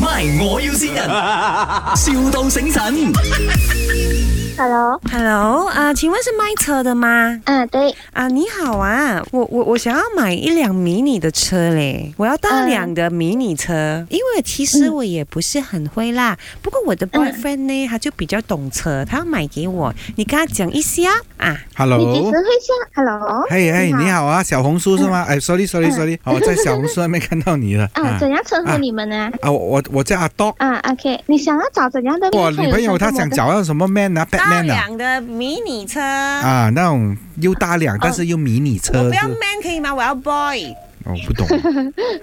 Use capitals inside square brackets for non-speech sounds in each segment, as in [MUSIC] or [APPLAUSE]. MY，我要先人， [LAUGHS] 笑到醒神。 Hello， Hello，啊、请问是卖车的吗？啊，对，啊、你好啊，我我我想要买一辆迷你的车嘞，我要大辆的迷你车，呃因为其嗯实我也不是很会啦，不过我的 boyfriend 呢，他就比较懂车，他要买给我，你跟他讲一下啊，你几时会 Hello，下？Hello，嘿嘿，你。好啊，小红书是吗？哎，sorry sorry 嗯 sorry，哦我在小红书上面看到你了。 [LAUGHS] 啊，啊怎样称呼你们呢？啊，我我我叫阿 Dog，啊，OK，你想要找怎样的？我女朋友她想。找要什么 man 啊大，Batman 啊，辆的迷你车，啊那种又大辆哦但是又迷你我车不是要，man 可以吗？我要 boy。我不懂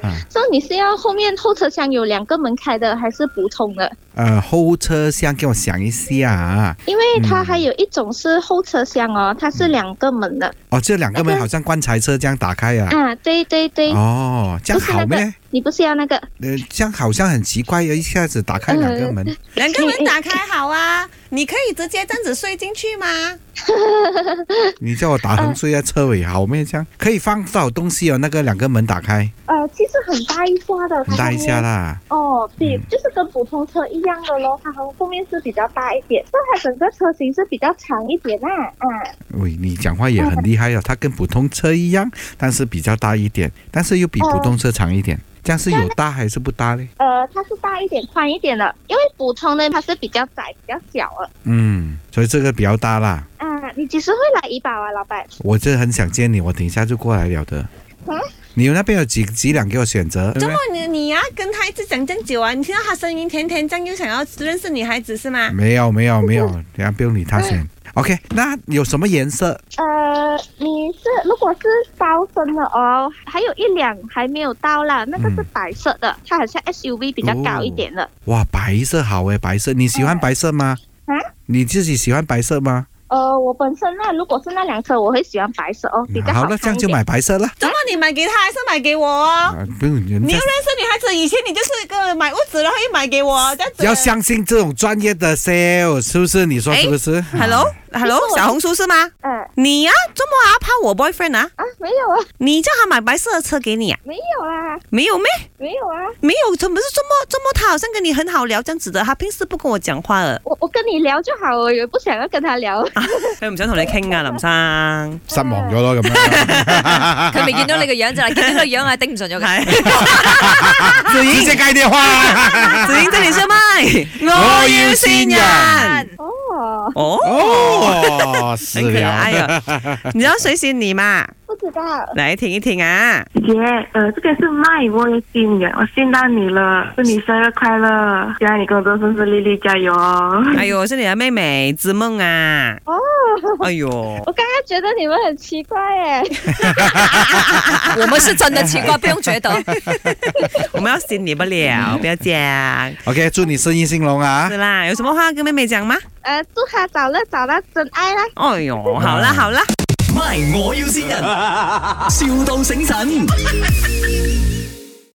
啊，所以你是要后面后车厢有两个门开的，还是补充的？呃，后车厢给我想一下啊，因为它还有一种是后车厢哦，它是两个门的。哦，这两个门好像棺材车这样打开啊，啊，对对对，哦，这不样是好那个咩？，你不是要那个？呃，这样好像很奇怪，一下子打开两个呃门，两个门打开好 [LAUGHS] 啊，你可以直接这样子睡进去嗯吗？呃你叫我打横睡在车尾好咩？这样可以放到东西哦，那个两个门打开。呃，其实很大一家的，很大一下的。啦，哦，比嗯就是跟普通车一样的咯，它后后面是比较大一点，但它整个车型是比较长一点啦、啊。喂，你讲话也很厉害哦。它跟普通车一样，但是比较大一点，但是又比普通车长一点。这样是有大还是不大嘞？呃，它是大一点、宽一点的，因为普通的它是比较窄、比较小的。嗯，所以这个比较大啦。啊，你几时会来怡宝啊，老板？我这很想见你，我等一下就过来了的啊。你那边有几几辆给我选择？对这不么你对你要跟他一直讲这样久啊？你听到他声音甜甜，这样又想要认识女孩子是吗？没有没有没有，等下不用理他先。OK，那有什么颜色？呃，你是如果是高身的哦，还有一辆还没有到啦，那个是嗯白色的，它好像 SUV 比较高一点的。哇，白色好诶，白色，你喜欢白色吗？啊？你自己喜欢白色吗？呃，我本身那如果是那辆车，我会喜欢白色哦，比较嗯好，看那一这样就点买白色了。怎么你买给他还是买给我哦？啊，不用，人你家要认识女孩子以前，你就是个买屋子，然后又买给我，这样子。要相信这种专业的 sale，是不是？你说是不是哎啊 Hello Hello，其实我小红书是吗？呃你呀、啊，周末啊，怕我 boyfriend 啊？啊，没有啊，你叫他买白色的车给你啊？没有啊，没有咩？没有啊，没有，怎么是周末？周末他好像跟你很好聊这样子的，他平时不跟我讲话的。我我跟你聊就好，我也不想要跟他 [LAUGHS] 聊。佢唔想同你傾啊，林 [LAUGHS] 生。失望咗咯，咁 [LAUGHS] 樣。佢未見到你個樣就係見到個樣啊，頂唔順咗佢。係，子英直接改電話。 [LAUGHS] 子英，這裡是咪？我要先人。哦，哦。哦，是很可爱啊了。呀、你知道谁选你吗？不知道。来听一听啊！姐，呃，这边是卖我的信耶，我信到你了，祝你生日快乐，希望你工作顺顺利利，加油哦！哎呦，是你的妹妹子梦啊！哦，哎呦，我刚刚觉得你们很奇怪哎。 [LAUGHS] 我们是真的奇 [LAUGHS] 怪，不用觉得。我们要信你不了，不要讲， [LAUGHS] OK，祝你生意兴隆啊是！啦。有什么话跟妹妹讲吗？呃，祝他早日找到真爱啦！哎呦，好啦好啦。 MY，我要先人，笑到醒神。